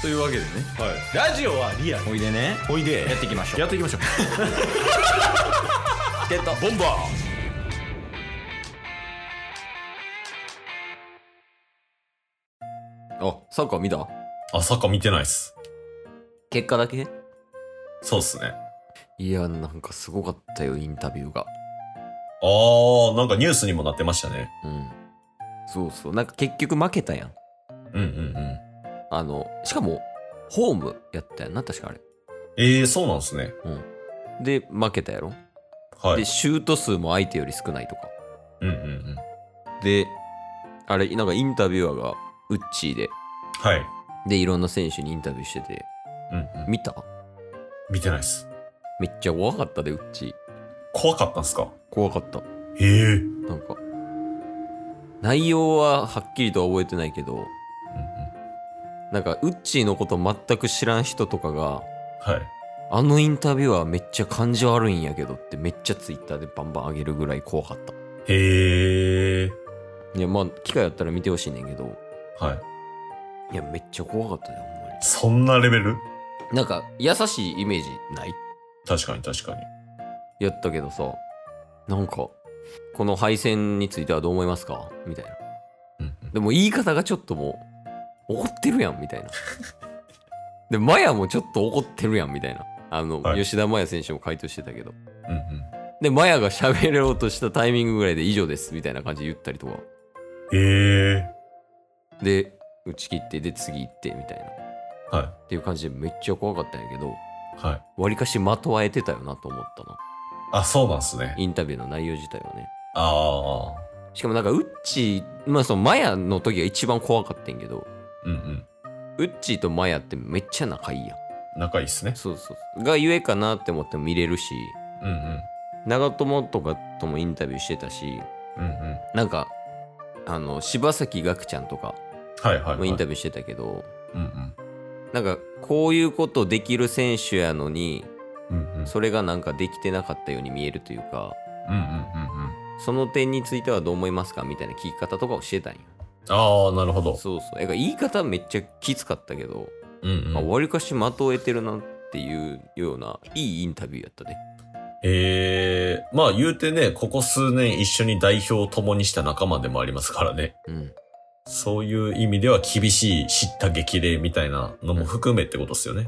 というわけでねはい、ラジオはリアルおいでねおいでやっていきましょうやっていきましょう ゲットボンバあサッカー見たーあサッカー見てないっす結果だけそうっすねいやなんかすごかったよインタビューがあーなんかニュースにもなってましたねうんそうそうなんか結局負けたやんうんうんうんあのしかもホームやったやんな確かあれええー、そうなんですねで負けたやろ、はでいシュート数も相手より少ないとかうんうんうんであれなんかインタビュアーがウッチーではいでいろんな選手にインタビューしててうんうん見た見てないっすめっちゃ怖かったでウッチー怖かったんすか怖かったええうんなんか内容ははっきりとは覚えてないけどうんなんかウッチーのこと全く知らん人とかがはいあのインタビュアーめっちゃ感じ悪いんやけどってめっちゃツイッターでバンバン上げるぐらい怖かったへえいやまあ機会あったら見てほしいねんけどはいいやめっちゃ怖かったねほんまそんなレベルになんか優しいイメージない確かに確かにやったけどさなんかこの敗戦についてはどう思いますかみたいなうんでも言い方がちょっともう怒ってるやんみたいな でマヤもちょっと怒ってるやんみたいなあの、はい吉田麻也選手も回答してたけどうんうんでマヤが喋ろうとしたタイミングぐらいで以上ですみたいな感じで言ったりとかええで打ち切ってで次行ってみたいなっはていう感じでめっちゃ怖かったんやけどいはいわりかしまとわえてたよなと思ったなあそうなんすねインタビューの内容自体はねああしかもなんかウッチーまあそのマヤの時が一番怖かったんやけどうんうんウッチーとマヤってめっちゃ仲いいやん仲いいっすねそうそうそうがゆえかなって思っても見れるしうんうん長友とかともインタビューしてたしうんうんなんかあの柴崎岳ちゃんとかはいはい、もはい、インタビューしてたけど、うんなんかこういうことできる選手やのにうんうんうんそれがなんかできてなかったように見えるというかうんうんうんうんその点についてはどう思いますかみたいな聞き方とかをしてたんよああなるほどそうそうだから言い方めっちゃきつかったけど、うんうんあわりかし的を得てるなっていうようないいインタビューやったねええまあ言うてね、ここ数年一緒に代表を共にした仲間でもありますからね。うんそういう意味では厳しい叱咤激励みたいなのも含めってことです よね。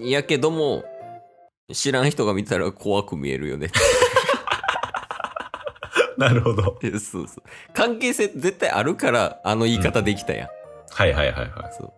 やけども知らん人が見たら怖く見えるよねなるほど。そう そう関係性絶対あるからあの言い方できたやん、はいはいはいはい。そう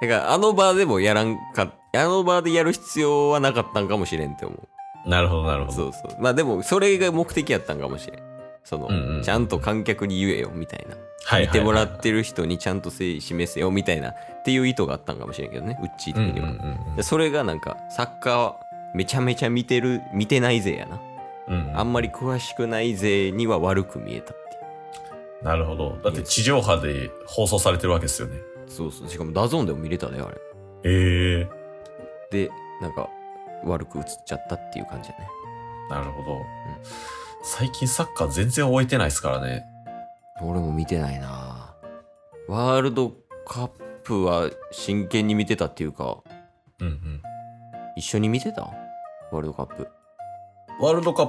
だからあの場でもやらんかあの場でやる必要はなかったんかもしれんって思うなるほどなるほそど。うそうまあでもそれが目的やったんかもしれんその、うんうんちゃんと観客に言えよみたいなはいはいはい見てもらってる人にちゃんと誠意示せよみたいなっていう意図があったんかもしれんけどねうっちーうんうん的には、うんでそれがなんかサッカーめちゃめちゃ見てる見てないぜやな、うん。うんあんまり詳しくないぜには悪く見えたっていなるほど。だって地上波で放送されてるわけですよね。うそうそうしかもダゾーンでも見れたねあれええでなんか悪く映っちゃったっていう感じやねなるほど。最近サッカー全然終えてないですからね。俺も見てないなワールドカップは真剣に見てたっていうかうんうん。一緒に見てたワールドカップワールドカッ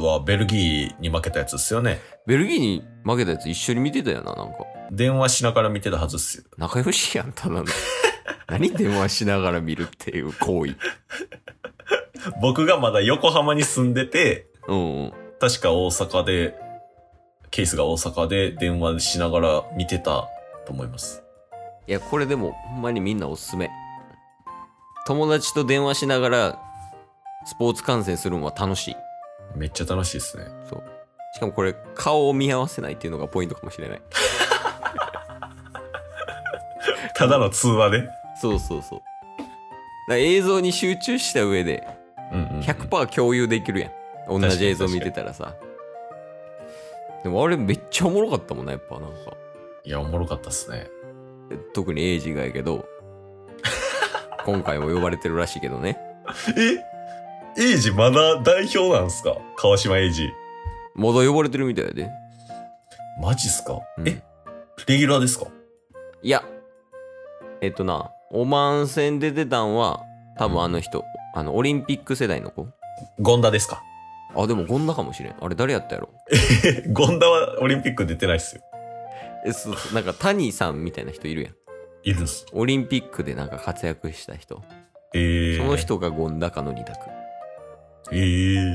プはベルギーに負けたやつですよね。ベルギーに負けたやつ一緒に見てたよななんか電話しながら見てたはずっすよ。仲良しやん ただの何電話しながら見るっていう行為僕がまだ横浜に住んでて、うんうん確か大阪で、ケースが大阪で電話しながら見てたと思います。いやこれでもほんまにみんなおすすめ友達と電話しながらスポーツ観戦するのは楽しいめっちゃ楽しいですね。そうしかもこれ顔を見合わせないっていうのがポイントかもしれないただの通話で。そうそうそうだから映像に集中した上でうんうんうん、 100%共有できるやん同じ映像見てたらさでもあれめっちゃおもろかったもんなやっぱなんかいや、おもろかったっすね。特にエイジがやけど今回も呼ばれてるらしいけどねえエイジまだ代表なんすか川島エイジ。まだ呼ばれてるみたいやで、マジっすか、うんえレギュラーですかいやえっとなオマーン戦で出たんは、多分あの人、あの、オリンピック世代の子。ゴンダですかあ、でもゴンダかもしれん。あれ誰やったやろ ゴンダはオリンピック出てないっすよ。え、そうそう、なんか谷さんみたいな人いるやん。いるんす。オリンピックでなんか活躍した人。ええその。人がゴンダかの二択。でええ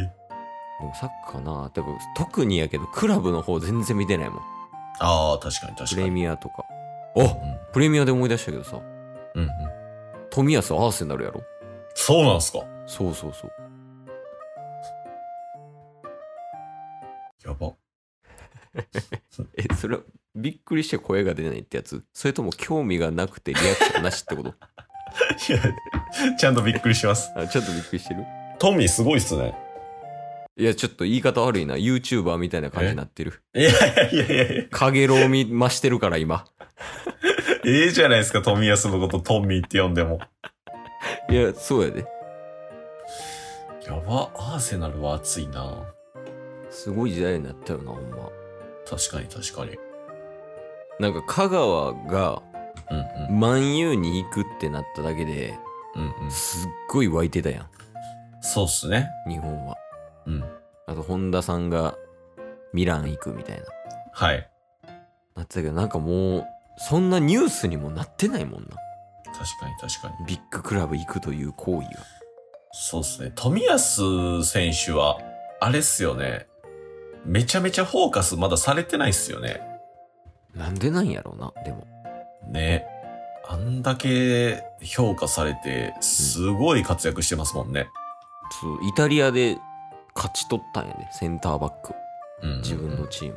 もサッカーな、でも特にやけど、クラブの方全然見てないもん。ああ、確かに確プかレに。ミアとか。あプレミアで思い出したけどさ、うん。うんうん。冨安アーセナルやろそうなんすかそうそうそう。やば。え、それはびっくりして声が出ないってやつそれとも興味がなくてリアクションなしってこといや、 ちゃんとびっくりします。あちょっとびっくりしてるトミーすごいっすね。いや、ちょっと言い方悪いな。YouTuber みたいな感じになってる。 いやいやいやいや、影浪見増してるから今。ええじゃないですか、トミヤスのことトミーって呼んでも。いや、そうやで。やば、アーセナルは熱いなすごい時代になったよな、ほんま。確かに確かに。なんか香川がうん万有に行くってなっただけで、うん。うんうん。すっごい湧いてたやそうっすね。ん、日本は。うん。あと、本田さんがミラン行くみたいな。はい。なってたけど、なんかもう、そんなニュースにもなってないもんな。確かに確かに。ビッグクラブ行くという行為は。そうっすね。富安選手は、あれっすよね。めちゃめちゃフォーカスまだされてないっすよね。なんでなんやろうな、でも。ね。あんだけ評価されて、すごい活躍してますもんね。そうイタリアで勝ち取ったんやで、センターバックを。うんうんうん自分のチーム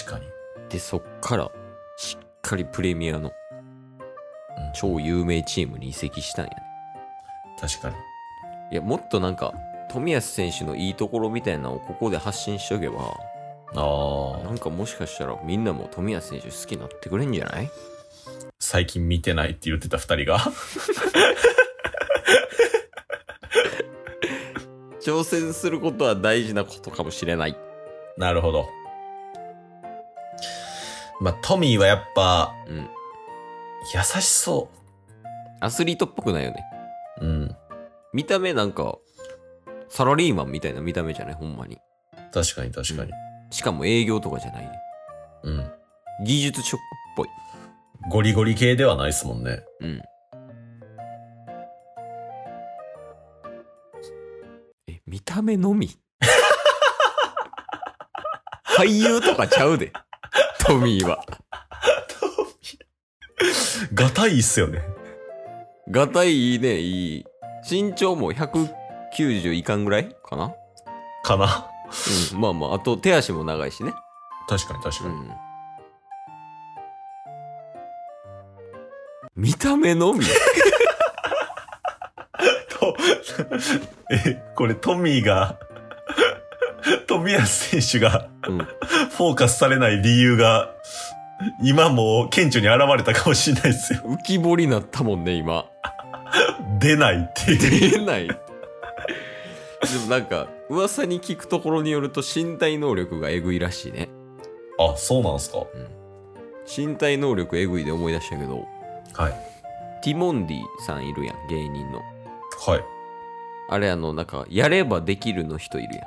確かに。で。で、そっから、しっかりプレミアのうん超有名チームに移籍したんやね。確かに。いや、もっとなんか、冨安選手のいいところみたいなのをここで発信しとけば、なああ、んかもしかしたらみんなも冨安選手好きになってくれんじゃない最近見てないって言ってた二人が。 挑戦することは大事なことかもしれない。なるほど。まあ、トミーはやっぱ、うん。優しそアスリートっぽくないよね。う。うん。見た目なんか、サラリーマンみたいな見た目じゃないほんまに。確かに確かに。しかも営業とかじゃない。うん。技術職っぽい。ゴリゴリ系ではないですもんね。うん。え、見た目のみ俳優とかちゃうで。トミーは。がたいっすよね。がたいいいね、いい。身長も190いかんぐらいかなかな。うん。まあまあ、あと手足も長いしね。確かに確かに。ん。見た目のみと、え、これトミーが、 トミヤス選手がうん。フォーカスされない理由が、今もう顕著に現れたかもしれないですよ。 浮き彫りなったもんね、今。出ないっていう。出ない。でもなんか、噂に聞くところによると身体能力がえぐいらしいね。あ、そうなんすか身体能力えぐいで思い出したけど、はい。ティモンディさんいるやん、芸人の。はい。あれあの、なんか、やればできるの人いるや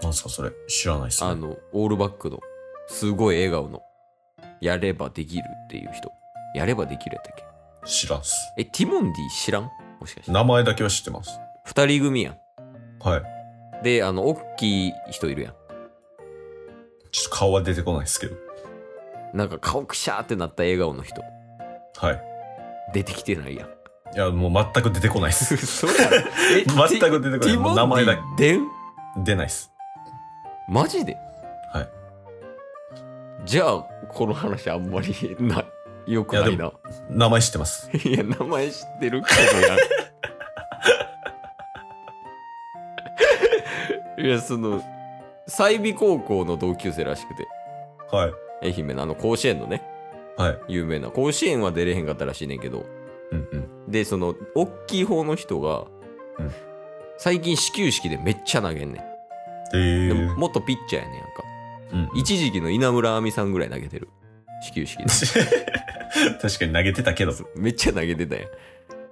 ん。なんすかそれ知らないっすあね。の、オールバックの、すごい笑顔の、やればできるっていう人。やればできるやったっけ知らんっす。え、ティモンディ知らんもしかして。名前だけは知ってます。二人組やん。はい。で、あの、おっきい人いるやちょっと顔は出てこないですけど。ん。なんか顔くしゃーってなった笑顔の人。はい。出てきてないやん。いや、もう全く出てこない っす。嘘やろ え全く出てこない。もう名前だテけィモンディでん出ないっす。マジではい。じゃあ、この話あんまりない。よくないな。名前知ってます。 いや、名前知ってるけどや る。いや、その、済美高校の同級生らしくて、はい。愛媛のあの甲子園のね、はい。有名な。甲子園は出れへんかったらしいねんけど、うんうん。で、その、大きい方の人が、うん最近始球式でめっちゃ投げんねん。えでー。も元ピッチャーやねんやんか。うんうん一時期の稲村亜美さんぐらい投げてる。始球式で。 確かに投げてたけど。めっちゃ投げてたやん。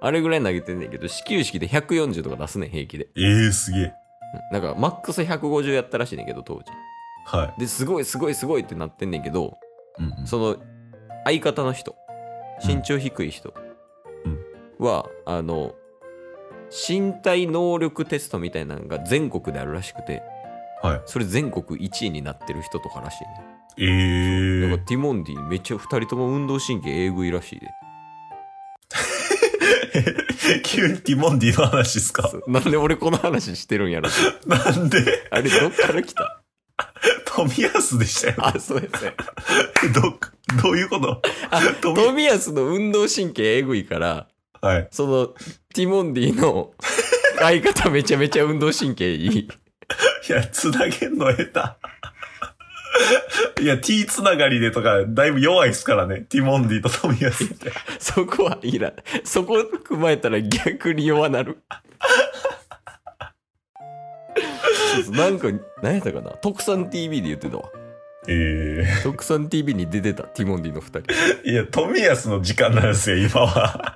あれぐらい投げてんねんけど、始球式で140とか出すねん、平気で。ええすげえ。うんなんか、マックス150やったらしいねんけど、当時。はい。で、すごいすごいすごいってなってんねんけど、うんうんその、相方の人、身長低い人は、あの、身体能力テストみたいなのが全国であるらしくて、はい。それ全国1位になってる人とからしいね。ええだからティモンディめっちゃ2人とも運動神経えぐいらしいで。 急にティモンディの話ですかそうなんで俺この話してるんやろ。なんで あれどっから来た富安でしたよ。 あ、そうやね。ど、どういうことあ、富トミヤスの運動神経えぐいから、はい。その、ティモンディ の相方めちゃめちゃ運動神経いい。いや、つなげんの下手。いや、T つながりでとか、だいぶ弱いですからね。ティモンディと富安って。そこはいらん。そこ踏まえたら逆に弱なる。そうそうなんか、何やったかな特産 TV で言ってたわ。え特産 TV に出てた、ティモンディの2人。えいや、富安の時間なんですよ、今は。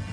す